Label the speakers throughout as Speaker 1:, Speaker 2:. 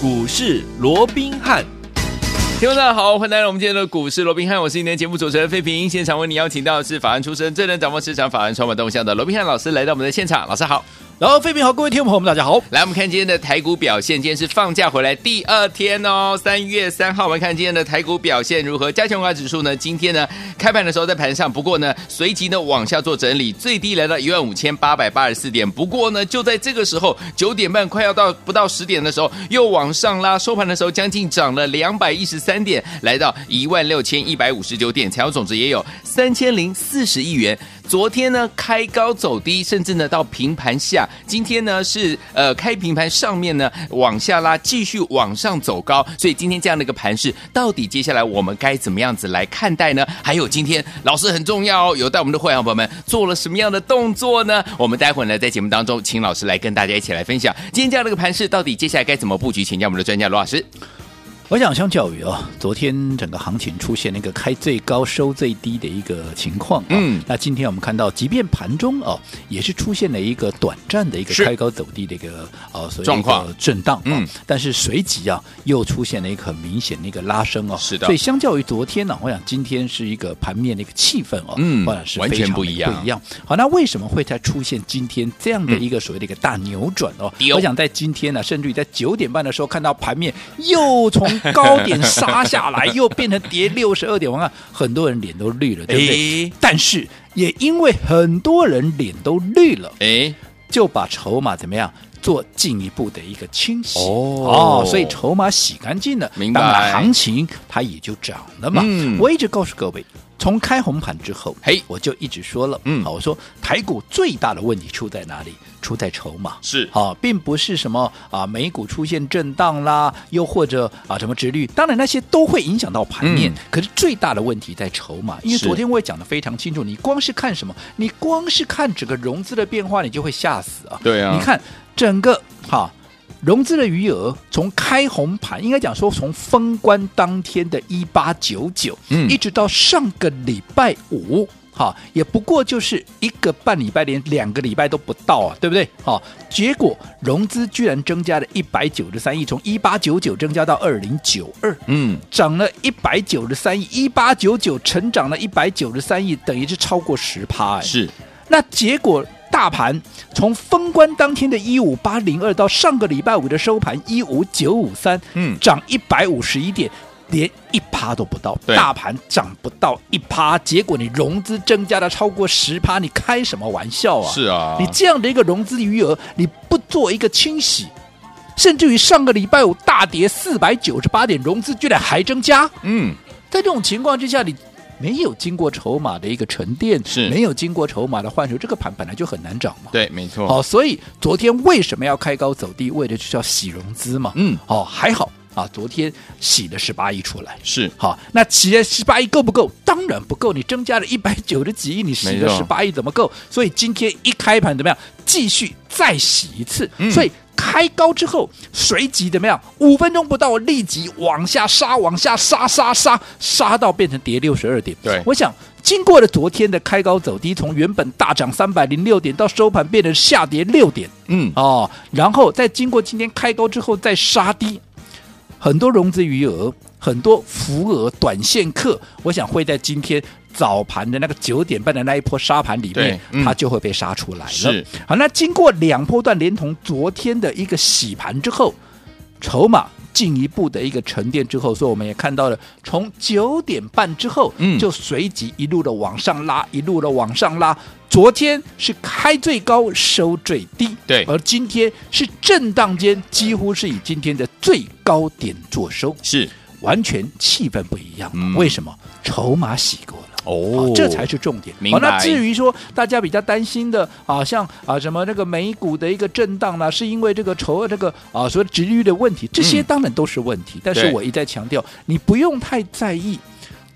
Speaker 1: 股市罗宾汉。
Speaker 2: 听众大家好，欢迎来到我们今天的股市罗宾汉，我是今天的节目主持人费平。现场为你邀请到的是法案出身、最能掌握市场法案筹码动向的罗宾汉老师来到我们的现场，老师好。
Speaker 1: 然后，费平好，各位听众朋友们，大家好。
Speaker 2: 来，我们看今天的台股表现，今天是放假回来第二天哦，三月三号，我们看今天的台股表现如何？加权化指数呢？今天呢，开盘的时候在盘上，不过呢，随即呢往下做整理，最低来到一万五千八百八十四点。不过呢，就在这个时候，九点半快要到不到十点的时候，又往上拉，收盘的时候将近涨了两百一十三点，来到一万六千一百五十九点，成交总值也有三千零四十亿元。昨天呢开高走低，甚至呢到平盘下。今天呢是呃开平盘上面呢往下拉，继续往上走高。所以今天这样的一个盘势，到底接下来我们该怎么样子来看待呢？还有今天老师很重要哦，有带我们的会员朋友们做了什么样的动作呢？我们待会呢在节目当中，请老师来跟大家一起来分享今天这样的一个盘势，到底接下来该怎么布局？请教我们的专家罗老师。
Speaker 3: 我想相较于啊、昨天整个行情出现了一个开最高收最低的一个情况、啊，
Speaker 2: 嗯
Speaker 3: 那今天我们看到，即便盘中哦、也是出现了一个短暂的一个
Speaker 2: 是
Speaker 3: 开高走低的一个呃所谓的一个
Speaker 2: 状况
Speaker 3: 震荡、啊，
Speaker 2: 嗯，
Speaker 3: 但是随即啊又出现了一个很明显的一个拉升哦，
Speaker 2: 是的
Speaker 3: 所以相较于昨天呢、我想今天是一个盘面的一个气氛哦，
Speaker 2: 嗯
Speaker 3: 我想是
Speaker 2: 完
Speaker 3: 非
Speaker 2: 全
Speaker 3: 常
Speaker 2: 不
Speaker 3: 的
Speaker 2: 一样
Speaker 3: 不一样。好，那为什么会才出现今天这样的一个所谓的一个大扭转哦？
Speaker 2: 丢
Speaker 3: 我想在今天呢、甚至于在九点半的时候看到盘面又从高点杀下来，又变成跌六十二点，我看很多人脸都绿了，对不对？
Speaker 2: 哎
Speaker 3: 但是也因为很多人脸都绿了，
Speaker 2: 哎，
Speaker 3: 就把筹码怎么样做进一步的一个清洗
Speaker 2: 哦
Speaker 3: 所以筹码洗干净了，
Speaker 2: 明白
Speaker 3: 当然行情它也就涨了嘛。
Speaker 2: 嗯
Speaker 3: 我一直告诉各位。从开红盘之后，
Speaker 2: 嘿
Speaker 3: 我就一直说了，啊
Speaker 2: 嗯
Speaker 3: 好，我说台股最大的问题出在哪里？出在筹码，
Speaker 2: 是
Speaker 3: 啊，并不是什么啊美股出现震荡啦，又或者啊什么值率，当然那些都会影响到盘面，
Speaker 2: 嗯
Speaker 3: 可是最大的问题在筹码，因为
Speaker 2: 是
Speaker 3: 昨天我也讲的非常清楚，你光是看什么，你光是看整个融资的变化，你就会吓死啊！
Speaker 2: 对啊
Speaker 3: 你看整个哈。融资的余额从开红盘，应该讲说从封关当天的一八九九，
Speaker 2: 嗯
Speaker 3: 一直到上个礼拜五，哈，也不过就是一个半礼拜，连两个礼拜都不到啊，对不对？好，结果融资居然增加了一百九十三亿，从一八九九增加到二零九二，
Speaker 2: 嗯，
Speaker 3: 涨了一百九十三亿，一八九九成长了一百九十三亿，等于是超过十趴。哎，
Speaker 2: 是
Speaker 3: 那结果大盘从封关当天的一五八零二到上个礼拜五的收盘一五九五三，
Speaker 2: 嗯
Speaker 3: 涨一百五十一点。连一趴都不到，
Speaker 2: 对
Speaker 3: 大盘涨不到一趴，结果你融资增加了超过十趴，你开什么玩笑啊？
Speaker 2: 是啊，
Speaker 3: 你这样的一个融资余额，你不做一个清洗，甚至于上个礼拜五大跌四百九十八点，融资居然还增加，
Speaker 2: 嗯
Speaker 3: 在这种情况之下，你没有经过筹码的一个沉淀，
Speaker 2: 是
Speaker 3: 没有经过筹码的换手，这个盘本来就很难涨嘛。
Speaker 2: 对，没错，
Speaker 3: 好、所以昨天为什么要开高走低？为的就是要洗融资嘛。
Speaker 2: 嗯，
Speaker 3: 哦，还好啊，昨天洗了十八亿出来。
Speaker 2: 是
Speaker 3: 好，那企业十八亿够不够？当然不够，你增加了一百九十几亿，你洗了
Speaker 2: 没
Speaker 3: 十
Speaker 2: 错
Speaker 3: 八亿怎么够？所以今天一开盘怎么样？继续再洗一次，
Speaker 2: 嗯
Speaker 3: 所以。开高之后，随即怎么样？五分钟不到，立即往下杀，往下杀，杀杀杀到变成跌六十二点。
Speaker 2: 对
Speaker 3: 我想经过了昨天的开高走低，从原本大涨三百零六点到收盘变成下跌六点，
Speaker 2: 嗯
Speaker 3: 哦，然后再经过今天开高之后再杀低，很多融资余额，很多浮额、短线客，我想会在今天。早盘的那个九点半的那一波杀盘里
Speaker 2: 对
Speaker 3: 面，
Speaker 2: 嗯
Speaker 3: 它就会被杀出来了
Speaker 2: 是。
Speaker 3: 好，那经过两波段连同昨天的一个洗盘之后，筹码进一步的一个沉淀之后，所以我们也看到了，从九点半之后，
Speaker 2: 嗯
Speaker 3: 就随即一路的往上拉，一路的往上拉。昨天是开最高收最低，
Speaker 2: 对
Speaker 3: 而今天是震荡间，几乎是以今天的最高点做收，
Speaker 2: 是
Speaker 3: 完全气氛不一样。
Speaker 2: 嗯
Speaker 3: 为什么？筹码洗过了。
Speaker 2: 哦
Speaker 3: 啊这才是重点。
Speaker 2: 明白
Speaker 3: 那至于说大家比较担心的啊，像啊什么那个美股的一个震荡呢、是因为这个筹这个啊所谓殖利率的问题，这些
Speaker 2: 嗯
Speaker 3: 当然都是问题。但是
Speaker 2: 对
Speaker 3: 我一再强调，你不用太在意。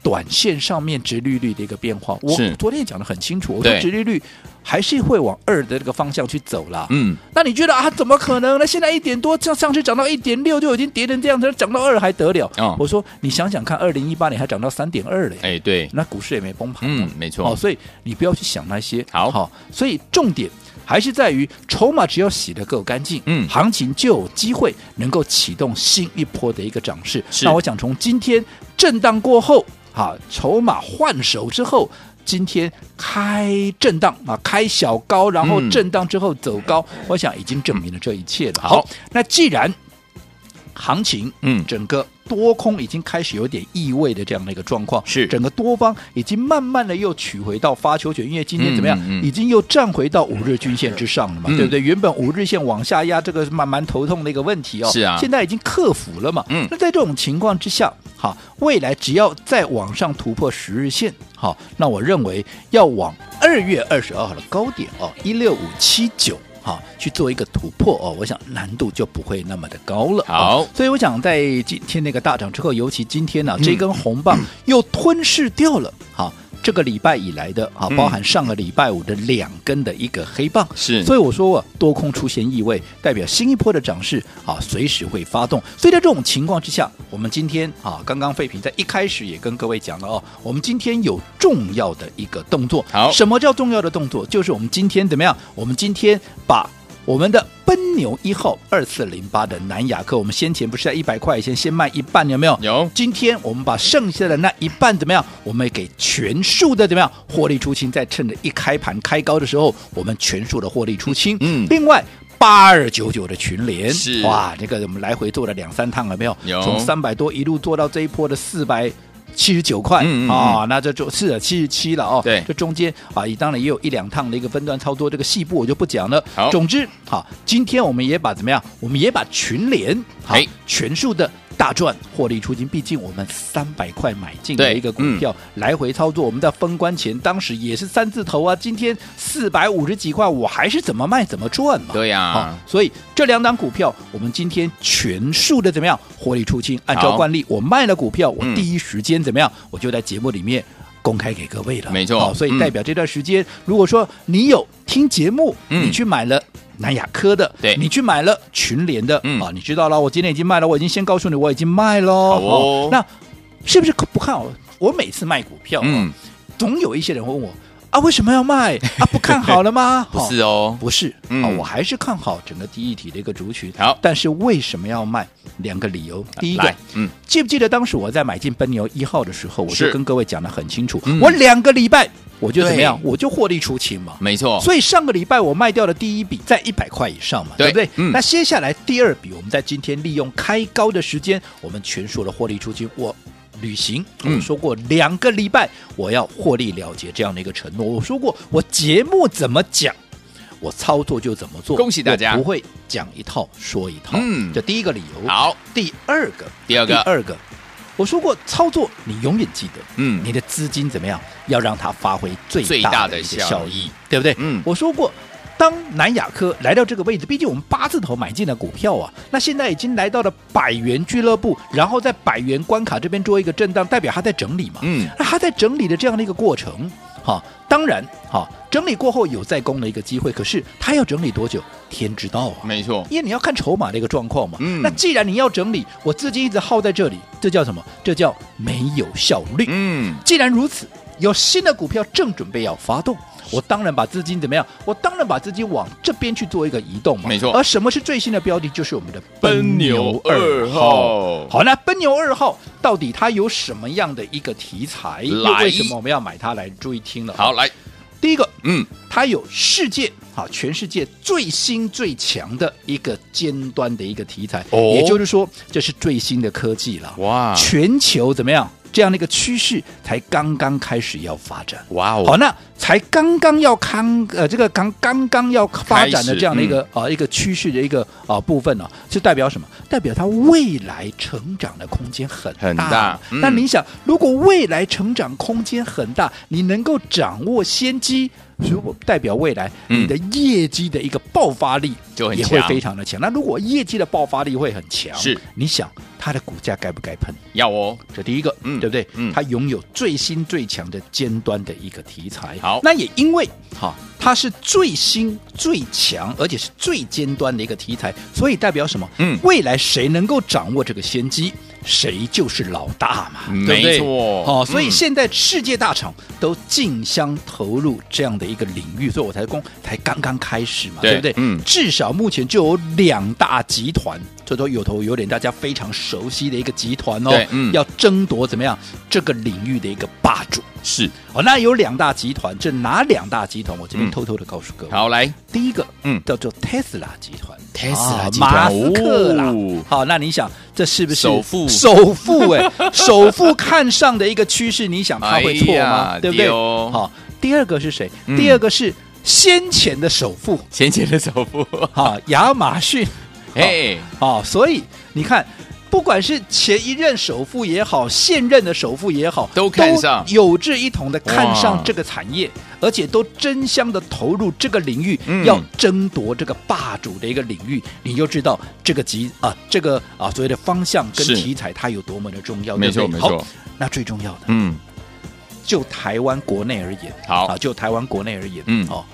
Speaker 3: 短线上面殖利率的一个变化，我
Speaker 2: 是
Speaker 3: 昨天也讲得很清楚，我说
Speaker 2: 对
Speaker 3: 殖利率还是会往二的这个方向去走啦。
Speaker 2: 嗯
Speaker 3: 那你觉得啊，怎么可能呢？现在一点多，上上去涨到一点六就已经跌成这样子，涨到二还得了？
Speaker 2: 哦
Speaker 3: 我说你想想看，二零一八年还涨到三点二嘞，
Speaker 2: 哎对，
Speaker 3: 那股市也没崩盘。
Speaker 2: 嗯没错
Speaker 3: 哦，，所以你不要去想那些。
Speaker 2: 好
Speaker 3: 好，所以重点还是在于筹码只要洗得够干净，
Speaker 2: 嗯
Speaker 3: 行情就有机会能够启动新一波的一个涨势。
Speaker 2: 是
Speaker 3: 那我想从今天震荡过后，哈、筹码换手之后。今天开震荡啊，开小高，然后
Speaker 2: 嗯
Speaker 3: 震荡之后走高，我想已经证明了这一切了。
Speaker 2: 好，
Speaker 3: 那既然行情，
Speaker 2: 嗯
Speaker 3: 整个多空已经开始有点意味的这样的一个状况，
Speaker 2: 是
Speaker 3: 整个多方已经慢慢的又取回到发球权，因为今天怎么样，
Speaker 2: 嗯嗯嗯
Speaker 3: 已经又站回到五日均线之上了嘛，
Speaker 2: 嗯
Speaker 3: 对不对？原本五日线往下压，这个是蛮蛮头痛的一个问题哦，
Speaker 2: 是啊
Speaker 3: 现在已经克服了嘛，
Speaker 2: 嗯
Speaker 3: 那在这种情况之下，好，未来只要再往上突破十日线，好，那我认为要往二月二十二号的高点哦，一六五七九。好，去做一个突破哦，我想难度就不会那么的高了。啊
Speaker 2: 好嗯
Speaker 3: 所以我想在今天那个大涨之后，尤其今天呢、这根红棒又吞噬掉了。好，这个礼拜以来的啊，
Speaker 2: 嗯
Speaker 3: 包含上个礼拜五的两根的一个黑棒，
Speaker 2: 是
Speaker 3: 所以我说啊，多空出现异味，代表新一波的涨势啊，随时会发动。所以在这种情况之下，我们今天啊，刚刚废品在一开始也跟各位讲了哦，我们今天有重要的一个动作。
Speaker 2: 好
Speaker 3: 什么叫重要的动作？就是我们今天怎么样？我们今天把。我们的奔牛一号二四零八的南亚克，我们先前不是在一百块钱先卖一半，有没有？
Speaker 2: 有
Speaker 3: 今天我们把剩下的那一半怎么样？我们给全数的怎么样获利出清？在趁着一开盘开高的时候，我们全数的获利出清。
Speaker 2: 嗯
Speaker 3: 另外。八二九九的群联
Speaker 2: 是
Speaker 3: 哇，这个我们来回做了两三趟了没有？
Speaker 2: 有
Speaker 3: 从三百多一路做到这一波的四百七十九块啊、
Speaker 2: 嗯嗯嗯
Speaker 3: 那这就是的七十七了哦。
Speaker 2: 对
Speaker 3: 这中间啊，也当然也有一两趟的一个分段操作，这个细部我就不讲了。
Speaker 2: 好
Speaker 3: 总之好，今天我们也把怎么样？我们也把群联好
Speaker 2: 哎
Speaker 3: 全数的大赚获利出金，毕竟我们三百块买进的
Speaker 2: 对嗯
Speaker 3: 一个股票、来回操作，我们在封关前当时也是三字头啊，今天四百五十几块，我还是怎么卖怎么赚嘛。
Speaker 2: 对呀、
Speaker 3: 好，所以这两档股票，我们今天全数的怎么样获利出清？按照
Speaker 2: 好
Speaker 3: 惯例，我卖了股票，我
Speaker 2: 嗯
Speaker 3: 第一时间怎么样，我就在节目里面。公开给各位了，
Speaker 2: 没错
Speaker 3: 好所以代
Speaker 2: 嗯
Speaker 3: 表这段时间，如果说你有听节目，
Speaker 2: 嗯
Speaker 3: 你去买了南亚科的，
Speaker 2: 对
Speaker 3: 你去买了群联的，
Speaker 2: 嗯
Speaker 3: 啊，你知道了，我今天已经卖了，我已经先告诉你，我已经卖喽。
Speaker 2: 好哦
Speaker 3: 那是不是不看好？我每次卖股票，嗯，
Speaker 2: 嗯，
Speaker 3: 总有一些人会问我啊，为什么要卖啊？不看好了吗？
Speaker 2: 不
Speaker 3: 好
Speaker 2: 是哦，
Speaker 3: 不是，
Speaker 2: 嗯
Speaker 3: 啊，我还是看好整个第一体的一个族群。
Speaker 2: 好
Speaker 3: 但是为什么要卖？两个理由，第一个
Speaker 2: 来，嗯，
Speaker 3: 记不记得当时我在买进奔牛一号的时候，我就是跟各位讲的很清楚
Speaker 2: 嗯，
Speaker 3: 我两个礼拜我就怎么样，
Speaker 2: 对
Speaker 3: 我就获利出清嘛。
Speaker 2: 没错，
Speaker 3: 所以上个礼拜我卖掉的第一笔在一百块以上嘛，
Speaker 2: 对
Speaker 3: 对不对？
Speaker 2: 嗯
Speaker 3: 那接下来第二笔，我们在今天利用开高的时间，我们全数的获利出清。我履行，
Speaker 2: 嗯
Speaker 3: 我说过两个礼拜我要获利了结这样的一个承诺。我说过，我节目怎么讲，我操作就怎么做。
Speaker 2: 恭喜大家
Speaker 3: 我不会讲一套说一套。
Speaker 2: 嗯
Speaker 3: 这第一个理由。
Speaker 2: 好，
Speaker 3: 第二个，
Speaker 2: 第二个
Speaker 3: 第二个，我说过，操作你永远记得，
Speaker 2: 嗯
Speaker 3: 你的资金怎么样，要让它发挥最
Speaker 2: 最大
Speaker 3: 大
Speaker 2: 的
Speaker 3: 的一些
Speaker 2: 效
Speaker 3: 效
Speaker 2: 益
Speaker 3: 益，对不对？
Speaker 2: 嗯
Speaker 3: 我说过。当南亚科来到这个位置，毕竟我们八字头买进的股票啊，那现在已经来到了百元俱乐部，然后在百元关卡这边做一个震荡，代表它在整理嘛。
Speaker 2: 嗯，
Speaker 3: 那它在整理的这样的一个过程，哈、当然哈、整理过后有再攻的一个机会，可是它要整理多久，天知道啊。
Speaker 2: 没错，
Speaker 3: 因为你要看筹码的一个状况嘛。
Speaker 2: 嗯
Speaker 3: 那既然你要整理，我资金一直耗在这里，这叫什么？这叫没有效率。
Speaker 2: 嗯，
Speaker 3: 既然如此，有新的股票正准备要发动，我当然把资金怎么样？我当然把资金往这边去做一个移动嘛。
Speaker 2: 没错
Speaker 3: 而什么是最新的标的？就是我们的
Speaker 2: 奔牛二号
Speaker 3: 好，那奔牛二号到底它有什么样的一个题材？又
Speaker 2: 来
Speaker 3: 为什么我们要买它来？注意听了。
Speaker 2: 好，，来，
Speaker 3: 第一个，
Speaker 2: 嗯，
Speaker 3: 它有世界啊，全世界最新最强的一个尖端的一个题材，
Speaker 2: 哦
Speaker 3: 也就是说，这是最新的科技了。
Speaker 2: 哇
Speaker 3: 全球怎么样？这样的一个趋势才刚刚开始要发展。
Speaker 2: 哇哦，
Speaker 3: 好，那才刚刚要康呃，这个刚刚刚要发展的这样的一个
Speaker 2: 嗯
Speaker 3: 啊、呃一个趋势的一个啊、呃部分呢、是代表什么？代表它未来成长的空间很大。
Speaker 2: 很大嗯
Speaker 3: 那你想，如果未来成长空间很大，你能够掌握先机，如果代表未来
Speaker 2: 嗯
Speaker 3: 你的业绩的一个爆发力
Speaker 2: 就很
Speaker 3: 也会
Speaker 2: 强
Speaker 3: 非常的强。那如果业绩的爆发力会很强，
Speaker 2: 是
Speaker 3: 你想它的股价该不该喷？
Speaker 2: 要哦，
Speaker 3: 这第一个，
Speaker 2: 嗯
Speaker 3: 对不对？
Speaker 2: 嗯
Speaker 3: 它拥有最新最强的尖端的一个题材。
Speaker 2: 好
Speaker 3: 那也因为哈，它是最新最强，而且是最尖端的一个题材，所以代表什么？
Speaker 2: 嗯
Speaker 3: 未来谁能够掌握这个先机，谁就是老大嘛，
Speaker 2: 嗯
Speaker 3: 对不对
Speaker 2: 没错
Speaker 3: 好、哦所以
Speaker 2: 嗯
Speaker 3: 现在世界大厂都竞相投入这样的一个领域，所以我才公才刚刚开始嘛，
Speaker 2: 对
Speaker 3: 不对？
Speaker 2: 嗯
Speaker 3: 至少目前就有两大集团，所以说有头有脸，大家非常熟悉的一个集团哦
Speaker 2: 对，嗯
Speaker 3: 要争夺怎么样这个领域的一个霸主。
Speaker 2: 是
Speaker 3: 哦，那有两大集团，这哪两大集团？我这
Speaker 2: 嗯
Speaker 3: 边偷偷的告诉各位，
Speaker 2: 好来，
Speaker 3: 第一个，
Speaker 2: 嗯
Speaker 3: 叫做 Tesla 集团
Speaker 2: Tesla
Speaker 3: 啊
Speaker 2: 集团
Speaker 3: 马斯克啦
Speaker 2: 哦。
Speaker 3: 好，那你想，这是不是
Speaker 2: 首富
Speaker 3: 首富哎、首富看上的一个趋势，你想他会错
Speaker 2: 哎
Speaker 3: 吗？
Speaker 2: 呀
Speaker 3: 对不对？
Speaker 2: 对哦
Speaker 3: 好，第二个是谁？
Speaker 2: 嗯
Speaker 3: 第二个是先前的首富，
Speaker 2: 先前的首富，
Speaker 3: 哈，亚马逊。
Speaker 2: 哎，
Speaker 3: 哦，所以你看，不管是前一任首富也好，现任的首富也好，
Speaker 2: 都看上
Speaker 3: 有志一同的看上
Speaker 2: 哇
Speaker 3: 这个产业，而且都争相的投入这个领域，
Speaker 2: 嗯
Speaker 3: 要争夺这个霸主的一个领域，你就知道这个集啊，这个啊所谓的方向跟
Speaker 2: 是
Speaker 3: 题材它有多么的重要，
Speaker 2: 没
Speaker 3: 对
Speaker 2: 错
Speaker 3: 不
Speaker 2: 没
Speaker 3: 对
Speaker 2: 错
Speaker 3: 好，，那最重要的，
Speaker 2: 嗯，
Speaker 3: 就台湾国内而言，
Speaker 2: 好
Speaker 3: 啊，就台湾国内而言，
Speaker 2: 嗯
Speaker 3: 哦，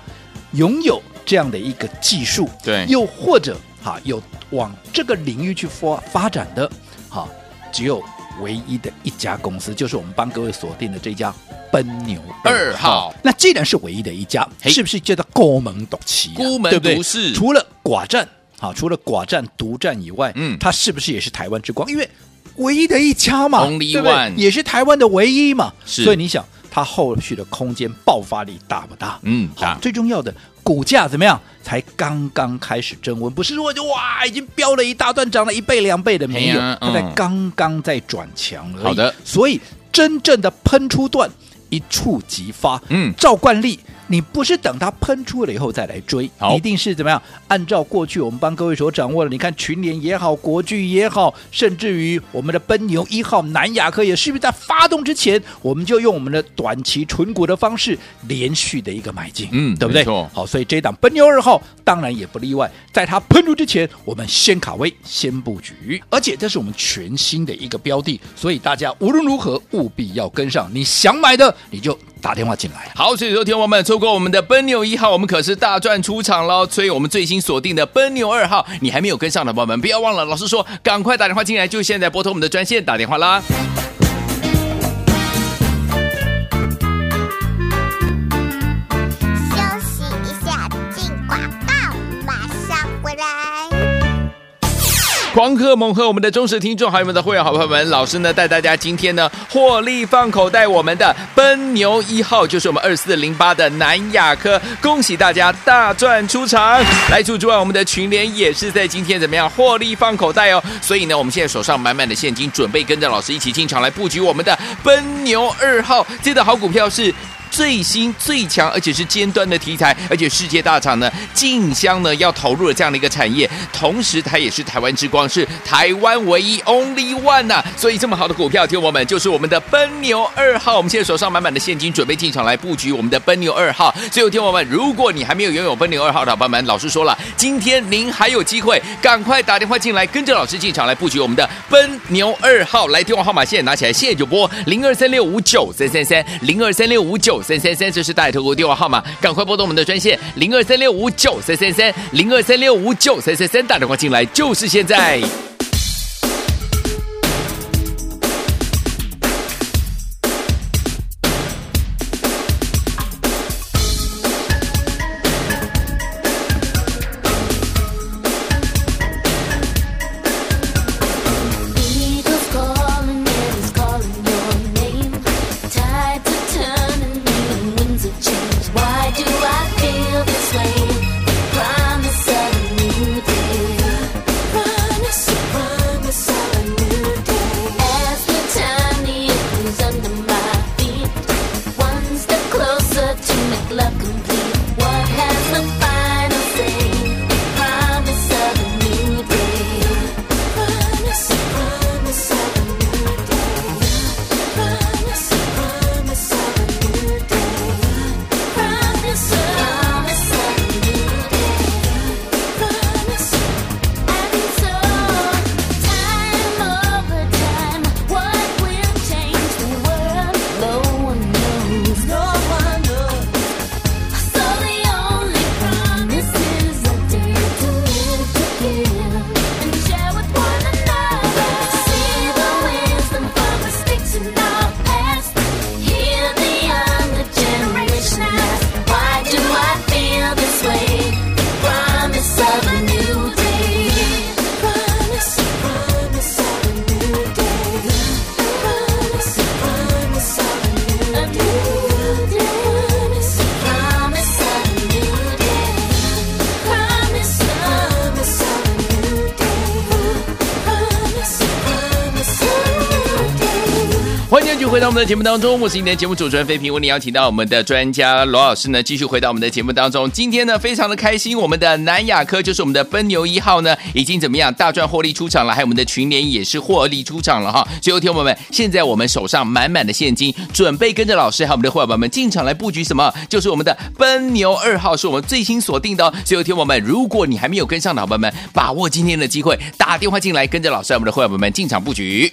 Speaker 3: 拥有这样的一个技术，
Speaker 2: 对
Speaker 3: 又或者哈、有往这个领域去发发展的，哈、只有唯一的一家公司，就是我们帮各位锁定的这家奔牛
Speaker 2: 二号
Speaker 3: 那既然是唯一的一家，
Speaker 2: 嘿
Speaker 3: 是不是就叫高门独骑啊、
Speaker 2: 孤门
Speaker 3: 对不对
Speaker 2: 独市
Speaker 3: 除了寡占，好、除了寡占独占以外，
Speaker 2: 嗯
Speaker 3: 它是不是也是台湾之光？因为唯一的一家嘛
Speaker 2: Only
Speaker 3: 对不对
Speaker 2: one
Speaker 3: 也是台湾的唯一嘛，
Speaker 2: 是
Speaker 3: 所以你想它后续的空间爆发力大不大？
Speaker 2: 嗯
Speaker 3: 好
Speaker 2: 大，
Speaker 3: 最重要的股价怎么样？才刚刚开始增温，不是说就哇已经飙了一大段，涨了一倍两倍的没
Speaker 2: 哎
Speaker 3: 有
Speaker 2: 呀，
Speaker 3: 它才
Speaker 2: 嗯
Speaker 3: 刚刚在转强而已。
Speaker 2: 好的，
Speaker 3: 所以真正的喷出段一触即发。
Speaker 2: 嗯
Speaker 3: 照惯例，你不是等它喷出了以后再来追，
Speaker 2: 好
Speaker 3: 一定是怎么样？按照过去我们帮各位所掌握的，你看群联也好，国巨也好，甚至于我们的奔牛一号、南亚科也是不是在发动之前，我们就用我们的短期纯股的方式连续的一个买进，
Speaker 2: 嗯
Speaker 3: 对不对
Speaker 2: 没错？
Speaker 3: 好，所以这一档奔牛二号当然也不例外，在它喷出之前，我们先卡位，先布局，而且这是我们全新的一个标的，所以大家无论如何务必要跟上。你想买的，你就打电话进来。
Speaker 2: 好，所以说，听众朋友们，错过我们的奔牛一号，我们可是大赚出场喽！所以我们最新锁定的奔牛二号，你还没有跟上的朋友们，不要忘了，老师说赶快打电话进来，就现在拨通我们的专线打电话啦。
Speaker 4: 休息一下，进广告，马上回来。
Speaker 2: 狂贺猛贺我们的忠实听众，还有我们的会员好朋友们，老师呢带大家今天呢获利放口袋，我们的奔牛一号就是我们二四零八的南亚科，恭喜大家大赚出场。来除此之外，我们的群联也是在今天怎么样获利放口袋哦，所以呢，我们现在手上满满的现金，准备跟着老师一起进场来布局我们的奔牛二号，这档好股票是。最新最强，而且是尖端的题材，而且世界大厂呢竞相呢要投入了这样的一个产业，同时它也是台湾之光，是台湾唯一 only one 呐、所以这么好的股票，听我们就是我们的奔牛二号，我们现在手上满满的现金，准备进场来布局我们的奔牛二号。所以，听我们，如果你还没有拥有奔牛二号的伙伴们，老师说了，今天您还有机会，赶快打电话进来，跟着老师进场来布局我们的奔牛二号。来，电话号码现在拿起来，现在就拨零二三六五九三三三零二三六五九三三三，这是大爱投顾电话号码，赶快拨通我们的专线零二三六五九三三三零二三六五九三三三，打电话进来就是现在。
Speaker 5: Eagles calling, yeah, it's calling your name. Tides are turning, even winds have changed. Why do I feel this way? The promise of a new day. Promise of
Speaker 2: 回到我们的节目当中，我是你的节目主持人飞平，为你邀请到我们的专家罗老师呢，继续回到我们的节目当中。今天呢，非常的开心，我们的南亚科就是我们的奔牛一号呢，已经怎么样大赚获利出场了，还有我们的群联也是获利出场了哈。所以，听友们，现在我们手上满满的现金，准备跟着老师还有我们的伙伴们进场来布局什么？就是我们的奔牛二号，是我们最新锁定的、哦。所以，听友们，如果你还没有跟上的伙伴们，把握今天的机会，打电话进来，跟着老师还有我们的伙伴们进场布局。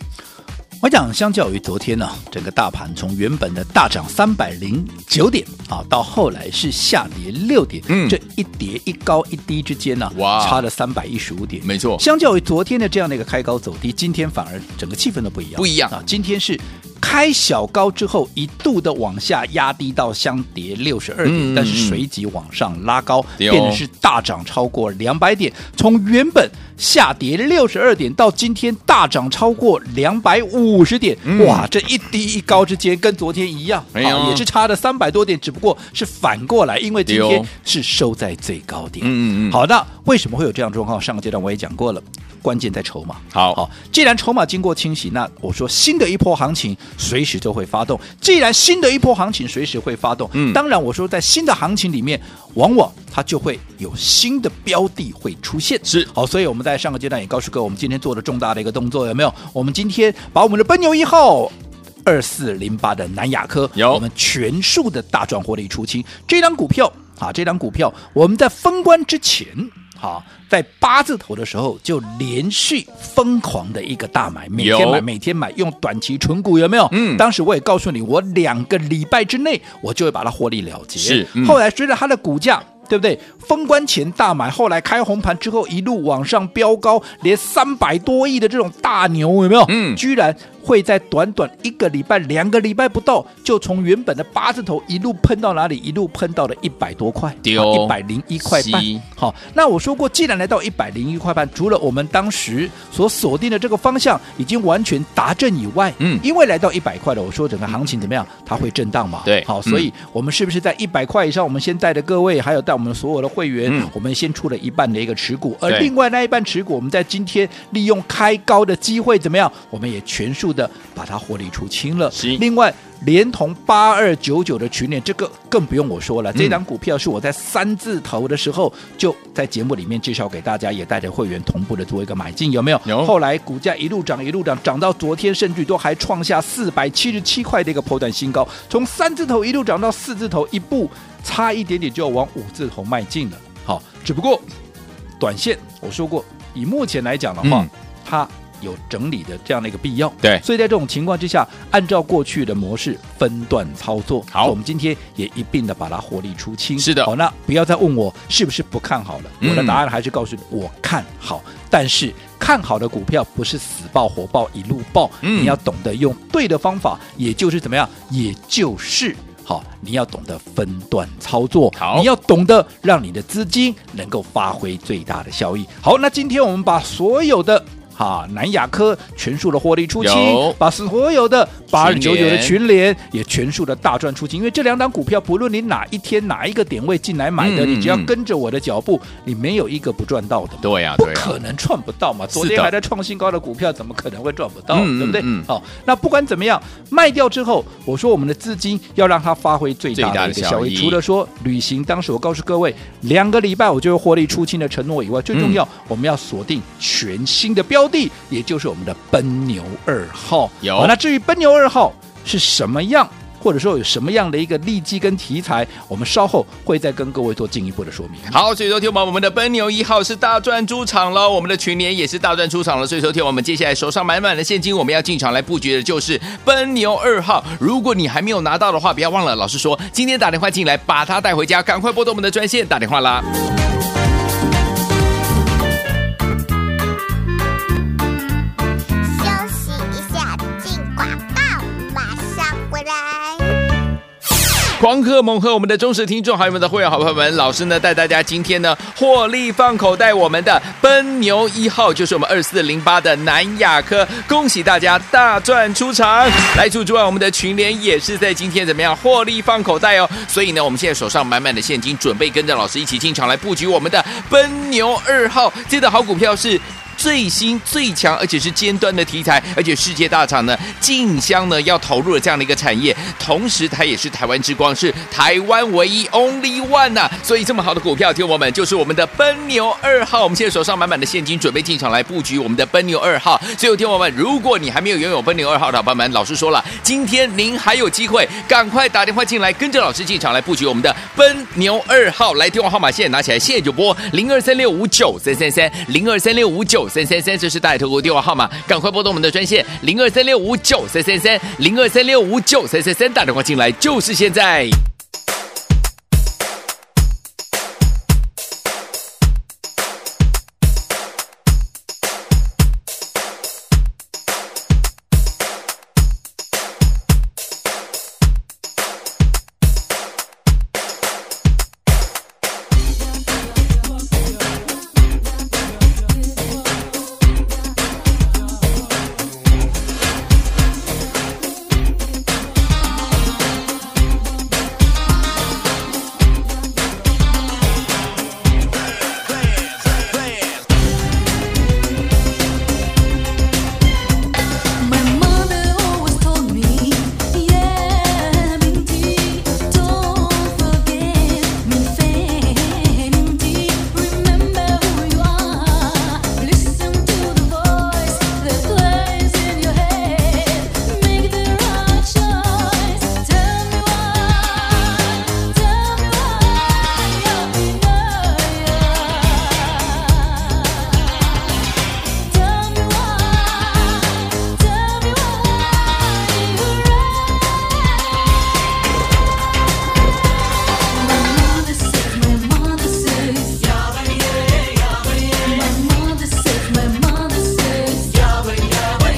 Speaker 3: 我讲，相较于昨天呢、整个大盘从原本的大涨三百零九点啊，到后来是下跌六点，
Speaker 2: 嗯
Speaker 3: 这一跌一高一低之间呢、
Speaker 2: 哇
Speaker 3: 差了三百一十五点，
Speaker 2: 没错
Speaker 3: 相较于昨天的这样的一个开高走低，今天反而整个气氛都不一样，
Speaker 2: 不一样
Speaker 3: 啊！今天是开小高之后一度的往下压低到相跌六十二点，
Speaker 2: 嗯嗯
Speaker 3: 但是随即往上拉高，
Speaker 2: 对哦
Speaker 3: 变得是大涨超过两百点，从原本下跌六十二点到今天大涨超过两百五十点，
Speaker 2: 嗯
Speaker 3: 哇，这一低一高之间跟昨天一样，
Speaker 2: 哎呦
Speaker 3: 啊也是差了三百多点，只不过是反过来，因为今
Speaker 2: 对
Speaker 3: 天
Speaker 2: 哦
Speaker 3: 是收在最高点。
Speaker 2: 嗯嗯嗯
Speaker 3: 好，那为什么会有这样的状况？上个阶段我也讲过了，关键在筹码。
Speaker 2: 好
Speaker 3: 好，既然筹码经过清洗，那我说新的一波行情随时都会发动。既然新的一波行情随时会发动，
Speaker 2: 嗯
Speaker 3: 当然我说在新的行情里面，往往它就会有新的标的会出现。
Speaker 2: 是
Speaker 3: 好，所以我们在上个阶段也告诉各位，我们今天做了重大的一个动作，有没有？我们今天把我们的奔牛一号。二四零八的南亚科，
Speaker 2: 有
Speaker 3: 我们全数的大赚获利出清。这张股票啊，这张股票我们在封关之前，啊，在八字头的时候就连续疯狂的一个大买，每天
Speaker 2: 有
Speaker 3: 买，每天买，用短期存股有没有？
Speaker 2: 嗯
Speaker 3: 当时我也告诉你，我两个礼拜之内我就会把它获利了结。
Speaker 2: 是嗯
Speaker 3: 后来随着它的股价。对不对？封关前大买，后来开红盘之后一路往上飙高，连三百多亿的这种大牛有没有？
Speaker 2: 嗯
Speaker 3: 居然会在短短一个礼拜、两个礼拜不到，就从原本的八字头一路喷到哪里？一路喷到了一百多块，
Speaker 2: 对哦
Speaker 3: 一百零一块半
Speaker 2: 是。
Speaker 3: 好，那我说过，既然来到一百零一块半，除了我们当时所锁定的这个方向已经完全达阵以外，
Speaker 2: 嗯
Speaker 3: 因为来到一百块了，我说整个行情怎么样？它会震荡嘛？
Speaker 2: 对
Speaker 3: 好，
Speaker 2: 嗯
Speaker 3: 所以我们是不是在一百块以上，我们先带着各位，还有带我们所有的会员，
Speaker 2: 嗯
Speaker 3: 我们先出了一半的一个持股，而
Speaker 2: 对
Speaker 3: 另外那一半持股，我们在今天利用开高的机会怎么样？我们也全数的把它获利出清了
Speaker 2: 是。
Speaker 3: 另外。连同八二九九的群联，这个更不用我说了。这档股票是我在三字头的时候就在节目里面介绍给大家，也带着会员同步的做一个买进，有没有？
Speaker 2: 有
Speaker 3: 后来股价一路涨，一路涨，涨到昨天甚至都还创下四百七十七块的一个破断新高，从三字头一路涨到四字头，一步差一点点就要往五字头迈进了。好，只不过短线我说过，以目前来讲的话，
Speaker 2: 嗯
Speaker 3: 它有整理的这样的一个必要。
Speaker 2: 对
Speaker 3: 所以在这种情况之下，按照过去的模式分段操作。
Speaker 2: 好
Speaker 3: 我们今天也一并的把它获利出清。
Speaker 2: 是的
Speaker 3: 好，那不要再问我是不是不看好了，
Speaker 2: 嗯
Speaker 3: 我的答案还是告诉你，我看好，但是。看好的股票不是死抱活抱一路抱，
Speaker 2: 嗯
Speaker 3: 你要懂得用对的方法，也就是怎么样，也就是好，你要懂得分段操作，
Speaker 2: 好
Speaker 3: 你要懂得让你的资金能够发挥最大的效益。好，那今天我们把所有的哈南亚科全数的获利出清
Speaker 2: 有，
Speaker 3: 把所有的八二九九的
Speaker 2: 群
Speaker 3: 群联也全数的大赚出清，因为这两档股票不论你哪一天哪一个点位进来买的，
Speaker 2: 嗯嗯
Speaker 3: 你只要
Speaker 2: 嗯
Speaker 3: 跟着我的脚步，你没有一个不赚到的嘛。
Speaker 2: 对呀、啊
Speaker 3: 不
Speaker 2: 对呀、
Speaker 3: 可能赚不到嘛！昨
Speaker 2: 是
Speaker 3: 天
Speaker 2: 的
Speaker 3: 还在创新高的股票，怎么可能会赚不到？
Speaker 2: 嗯
Speaker 3: 对不对？
Speaker 2: 嗯嗯
Speaker 3: 好、那不管怎么样，卖掉之后，我说我们的资金要让它发挥最大的
Speaker 2: 最
Speaker 3: 一个
Speaker 2: 大的效
Speaker 3: 效
Speaker 2: 益
Speaker 3: 益。除了说旅行，当时我告诉各位，两个礼拜我就会获利出清的承诺以外，最重
Speaker 2: 嗯
Speaker 3: 要、我们要锁定全新的标的，也就是我们的奔牛二号。
Speaker 2: 有
Speaker 3: 好那至于奔牛二号是什么样？或者说有什么样的一个利基跟题材，我们稍后会再跟各位做进一步的说明。
Speaker 2: 好，所以说听我们，我们的奔牛一号是大赚出场了，我们的群联也是大赚出场了。所以说听我们，接下来手上满满的现金，我们要进场来布局的就是奔牛二号。如果你还没有拿到的话，不要忘了，老师说今天打电话进来，把它带回家，赶快拨通我们的专线打电话啦。
Speaker 4: 休息一下，进广告，马上回来。
Speaker 2: 狂贺猛贺我们的忠实听众，还有我们的会员好朋友们，老师呢带大家今天呢获利放口袋，我们的奔牛一号就是我们二四零八的南亚科，恭喜大家大赚出场。来除此之外，我们的群联也是在今天怎么样获利放口袋哦，所以呢，我们现在手上满满的现金，准备跟着老师一起进场来布局我们的奔牛二号，这档好股票是。最新最强，而且是尖端的题材，而且世界大厂呢竞相呢要投入了这样的一个产业，同时它也是台湾之光，是台湾唯一 only one 呐、所以这么好的股票，听我们就是我们的奔牛二号，我们现在手上满满的现金，准备进场来布局我们的奔牛二号。所以，听我们，如果你还没有拥有奔牛二号的伙伴们，老师说了，今天您还有机会，赶快打电话进来，跟着老师进场来布局我们的奔牛二号。来，电话号码现在拿起来，现在就拨零二三六五九三三三零二三六五九三三三，这是大爱投顾电话号码，赶快拨动我们的专线零二三六五九三三三零二三六五九三三三，打电话进来就是现在。
Speaker 5: My mother always told me, yeah, minty, don't forget minty. Remember who you are. Listen to the voice that plays in your head. Make the right choice. Tell me why. Tell me why you're denied. Tell me why, tell me why you're my mother said, my mother said, Yahweh, yeah,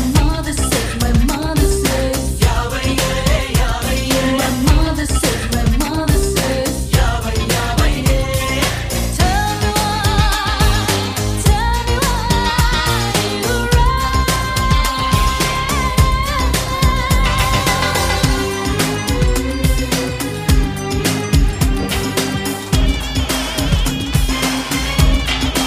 Speaker 5: My mother said, my mother said, Yahweh, Yahweh, My mother said, my mother said, Yahweh, Yahweh, My mother said, my mother said, Yahweh, Yahweh, Tell me why, tell me why you're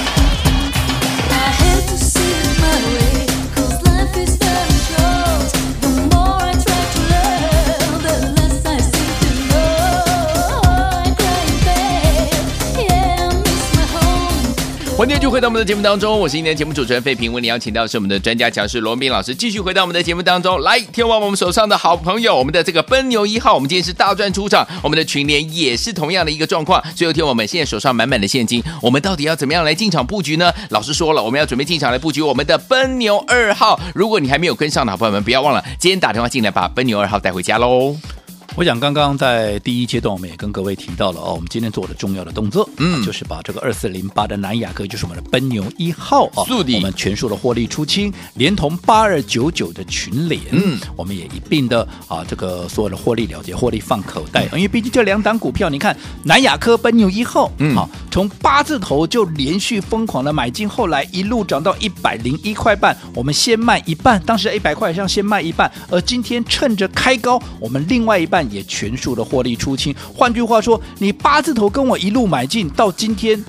Speaker 5: I hate to see it my way, 'cause life is very short. The more I try to learn, the less I seem to know. I cry in bed, yeah, I miss my home.
Speaker 2: 欢迎继续回到我们的节目当中，我是今天的节目主持人费平，为您邀请到是我们的专家讲师罗斌老师，继续回到我们的节目当中来。天王，我们手上的好朋友，我们的这个奔牛一号，我们今天是大赚出场，我们的群联也是同样的一个状况。最后天王，我们现在手上满满的现金，我们到底要怎么样来进场布局呢？老师说了，我们要准备进场来布局我们的奔牛二号。如果你还没有跟上的好朋友们，不要忘了今天打电话进来把奔牛二号带回家喽。
Speaker 3: 我想刚刚在第一阶段，我们也跟各位提到了哦，我们今天做的重要的动作，
Speaker 2: 嗯
Speaker 3: 啊就是把这个二四零八的南亚科，就是我们的奔牛一号啊，
Speaker 2: 是的
Speaker 3: 我们全数的获利出清，连同八二九九的群联，
Speaker 2: 嗯，
Speaker 3: 我们也一并的啊，这个所有的获利了结，获利放口袋，
Speaker 2: 嗯
Speaker 3: 因为毕竟这两档股票，你看南亚科奔牛一号，
Speaker 2: 嗯
Speaker 3: 好、从八字头就连续疯狂的买进，后来一路涨到一百零一块半，我们先卖一半，当时一百块上先卖一半，而今天趁着开高，我们另外一半也全数的获利出清。换句话说，你八字头跟我一路买进到今天，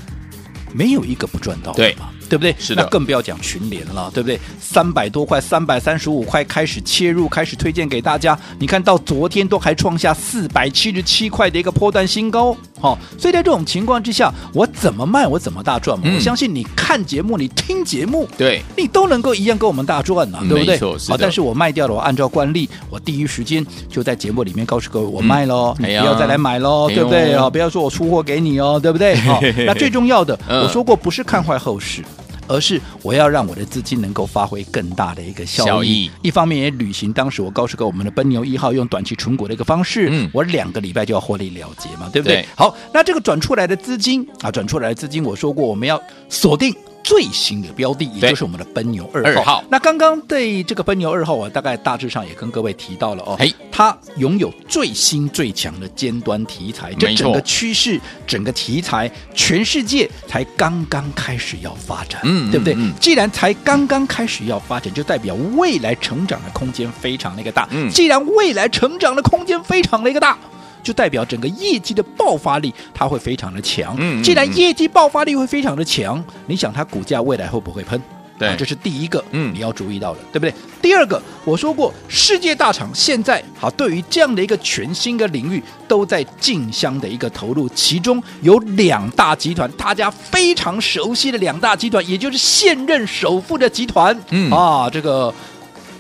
Speaker 3: 没有一个不赚到的
Speaker 2: 对
Speaker 3: 嘛。对不对？
Speaker 2: 是的
Speaker 3: 那更不要讲群联了，对不对？三百多块，三百三十五块开始切入，开始推荐给大家。你看到昨天都还创下四百七十七块的一个波段新高，好、所以在这种情况之下，我怎么卖我怎么大赚嘛。
Speaker 2: 嗯
Speaker 3: 我相信你看节目，你听节目，
Speaker 2: 对，
Speaker 3: 你都能够一样跟我们大赚呐、
Speaker 2: 嗯
Speaker 3: 对不
Speaker 2: 没
Speaker 3: 对？
Speaker 2: 错是的
Speaker 3: 但是我卖掉了，我按照惯例，我第一时间就在节目里面告诉各位，我卖喽，
Speaker 2: 嗯
Speaker 3: 你不要再来买喽，
Speaker 2: 哎呀
Speaker 3: 对不
Speaker 2: 哎
Speaker 3: 对？
Speaker 2: 呦
Speaker 3: 哦，不要说我出货给你哦，对不 对？好、那最重要的，
Speaker 2: 嗯
Speaker 3: 我说过不是看坏后市。而是我要让我的资金能够发挥更大的一个效益，
Speaker 2: 效益
Speaker 3: 一方面也履行当时我告诉过我们的奔牛一号用短期存股的一个方式，
Speaker 2: 嗯
Speaker 3: 我两个礼拜就要获利了结嘛，对不对？
Speaker 2: 对
Speaker 3: 好，那这个转出来的资金啊，转出来的资金，我说过我们要锁定最新的标的，也
Speaker 2: 对
Speaker 3: 就是我们的奔牛二
Speaker 2: 二号
Speaker 3: 那刚刚对这个奔牛二号，我大概大致上也跟各位提到了哦
Speaker 2: 嘿，
Speaker 3: 它拥有最新最强的尖端题材，
Speaker 2: 没
Speaker 3: 这
Speaker 2: 错
Speaker 3: 整个趋势、整个题材，全世界才刚刚开始要发展，
Speaker 2: 嗯
Speaker 3: 对不对？
Speaker 2: 嗯嗯
Speaker 3: 既然才刚刚开始要发展，就代表未来成长的空间非常那个大。
Speaker 2: 嗯
Speaker 3: 既然未来成长的空间非常那个大。就代表整个业绩的爆发力它会非常的强。
Speaker 2: 嗯嗯
Speaker 3: 既然业绩爆发力会非常的强，你想它股价未来会不会喷？
Speaker 2: 对
Speaker 3: 啊这是第一个，
Speaker 2: 嗯
Speaker 3: 你要注意到的，对不对？第二个，我说过，世界大厂现在好，对于这样的一个全新的领域，都在竞相的一个投入，其中有两大集团，大家非常熟悉的两大集团，也就是现任首富的集团，
Speaker 2: 嗯
Speaker 3: 啊，这个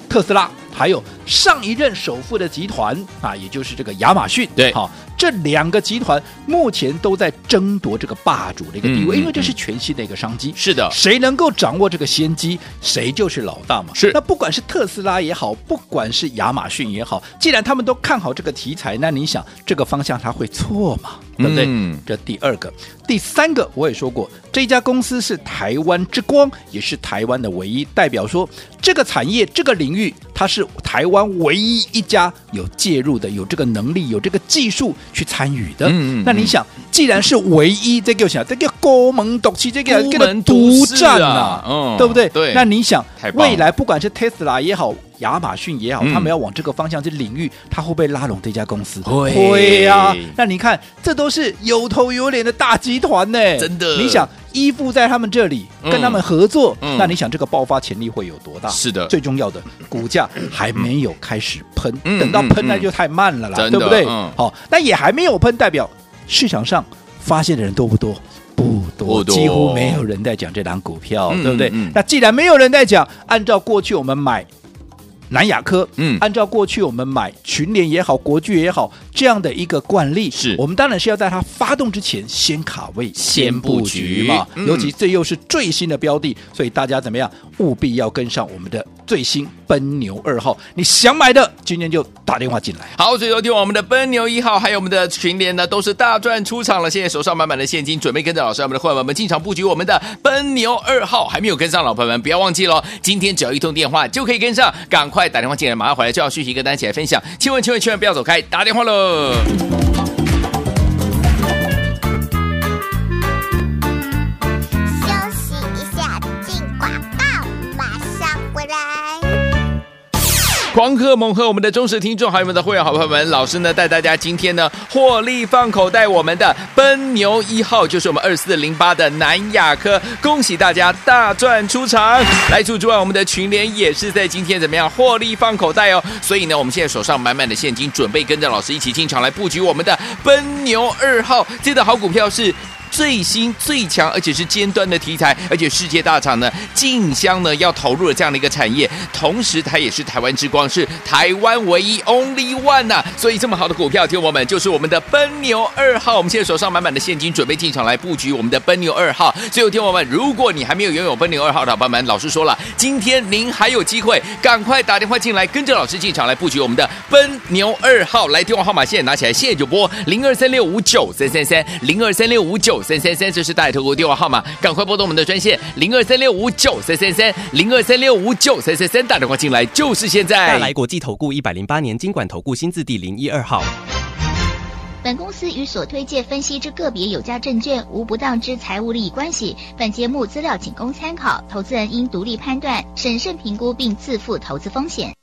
Speaker 3: 特斯拉，还有上一任首富的集团啊，也就是这个亚马逊，
Speaker 2: 对
Speaker 3: 好、这两个集团目前都在争夺这个霸主的一个地
Speaker 2: 嗯
Speaker 3: 位，
Speaker 2: 嗯
Speaker 3: 因为这是全新的一个商机，
Speaker 2: 是的，
Speaker 3: 谁能够掌握这个先机，谁就是老大嘛。
Speaker 2: 是
Speaker 3: 那不管是特斯拉也好，不管是亚马逊也好，既然他们都看好这个题材，那你想这个方向它会错吗？对不对？
Speaker 2: 嗯
Speaker 3: 这第二个，第三个我也说过，这家公司是台湾之光，也是台湾的唯一代表说。这个产业这个领域，它是台湾唯一一家有介入的，有这个能力，有这个技术去参与的。
Speaker 2: 嗯嗯
Speaker 3: 那你
Speaker 2: 嗯
Speaker 3: 想，既然是唯一，这个想这个高门独起，这个
Speaker 2: 孤
Speaker 3: 这
Speaker 2: 门
Speaker 3: 个
Speaker 2: 独
Speaker 3: 独
Speaker 2: 市
Speaker 3: 占
Speaker 2: 啊
Speaker 3: 啊，
Speaker 2: 嗯
Speaker 3: 对不对？
Speaker 2: 对
Speaker 3: 那你想
Speaker 2: 太，棒了
Speaker 3: 未来不管是 Tesla 也好，亚马逊也好，
Speaker 2: 嗯
Speaker 3: 他们要往这个方向去领域，它会不会拉拢这家公司？
Speaker 2: 会
Speaker 3: 呀。那你看，这都是有头有脸的大集团呢，
Speaker 2: 真的
Speaker 3: 你想依附在他们这里，
Speaker 2: 嗯
Speaker 3: 跟他们合作，
Speaker 2: 嗯
Speaker 3: 那你想这个爆发潜力会有多大？
Speaker 2: 是的
Speaker 3: 最重要的，股价还没有开始喷，
Speaker 2: 嗯
Speaker 3: 等到
Speaker 2: 嗯
Speaker 3: 喷那
Speaker 2: 嗯
Speaker 3: 就太慢了啦，
Speaker 2: 真的
Speaker 3: 对不对？
Speaker 2: 嗯
Speaker 3: 好，但也还没有喷，代表市场上发现的人多不多？不多，
Speaker 2: 不多
Speaker 3: 几乎没有人在讲这档股票，
Speaker 2: 嗯
Speaker 3: 对不对？
Speaker 2: 嗯嗯
Speaker 3: 那既然没有人在讲，按照过去我们买南亚科，
Speaker 2: 嗯
Speaker 3: 按照过去我们买群联也好，国巨也好，这样的一个惯例，
Speaker 2: 是
Speaker 3: 我们当然是要在它发动之前先卡位、
Speaker 2: 先布局
Speaker 3: 嘛。
Speaker 2: 嗯
Speaker 3: 尤其这又是最新的标的，所以大家怎么样，务必要跟上我们的最新奔牛二号。你想买的，今天就打电话进来。
Speaker 2: 好，所以昨天我们的奔牛一号还有我们的群联呢，都是大赚出场了。现在手上满满的现金，准备跟着老师我们的伙伴们进场布局我们的奔牛二号。还没有跟上，老朋友们不要忘记喽，今天只要一通电话就可以跟上，赶快打电话进来，马上回来就要续集跟大家一起来分享。千万千万千万不要走开，打电话喽。
Speaker 4: 休息一下，进广告，马上回来。
Speaker 2: 狂贺猛贺我们的忠实听众，还有我们的会员好朋友们，老师呢带大家今天呢获利放口袋，我们的奔牛一号就是我们二四零八的南亚科，恭喜大家大赚出场。来除之外，我们的群联也是在今天怎么样获利放口袋哦，所以呢，我们现在手上满满的现金，准备跟着老师一起进场来布局我们的奔牛二号，这档好股票是。最新最强，而且是尖端的题材，而且世界大厂呢竞相呢要投入了这样的一个产业，同时它也是台湾之光，是台湾唯一 only one 呐、所以这么好的股票，听我们就是我们的奔牛二号，我们现在手上满满的现金，准备进场来布局我们的奔牛二号。所以，听我们，如果你还没有拥有奔牛二号的伙伴们，老师说了，今天您还有机会，赶快打电话进来，跟着老师进场来布局我们的奔牛二号。来，电话号码现在拿起来，现在就拨零二三六五九三三三零二三六五九三三三，这是大头国电话号码，赶快拨通我们的专线零二三六五九三三三零二三六五九三三三，打电话进来就是现
Speaker 6: 大
Speaker 2: 在。
Speaker 6: 来国际投顾一百零八年经管投顾新字第零一二号。
Speaker 7: 本公司与所推介分析之个别有价证券无不当之财务利益关系。本节目资料仅供参考，投资人应独立判断、审慎评估并自负投资风险。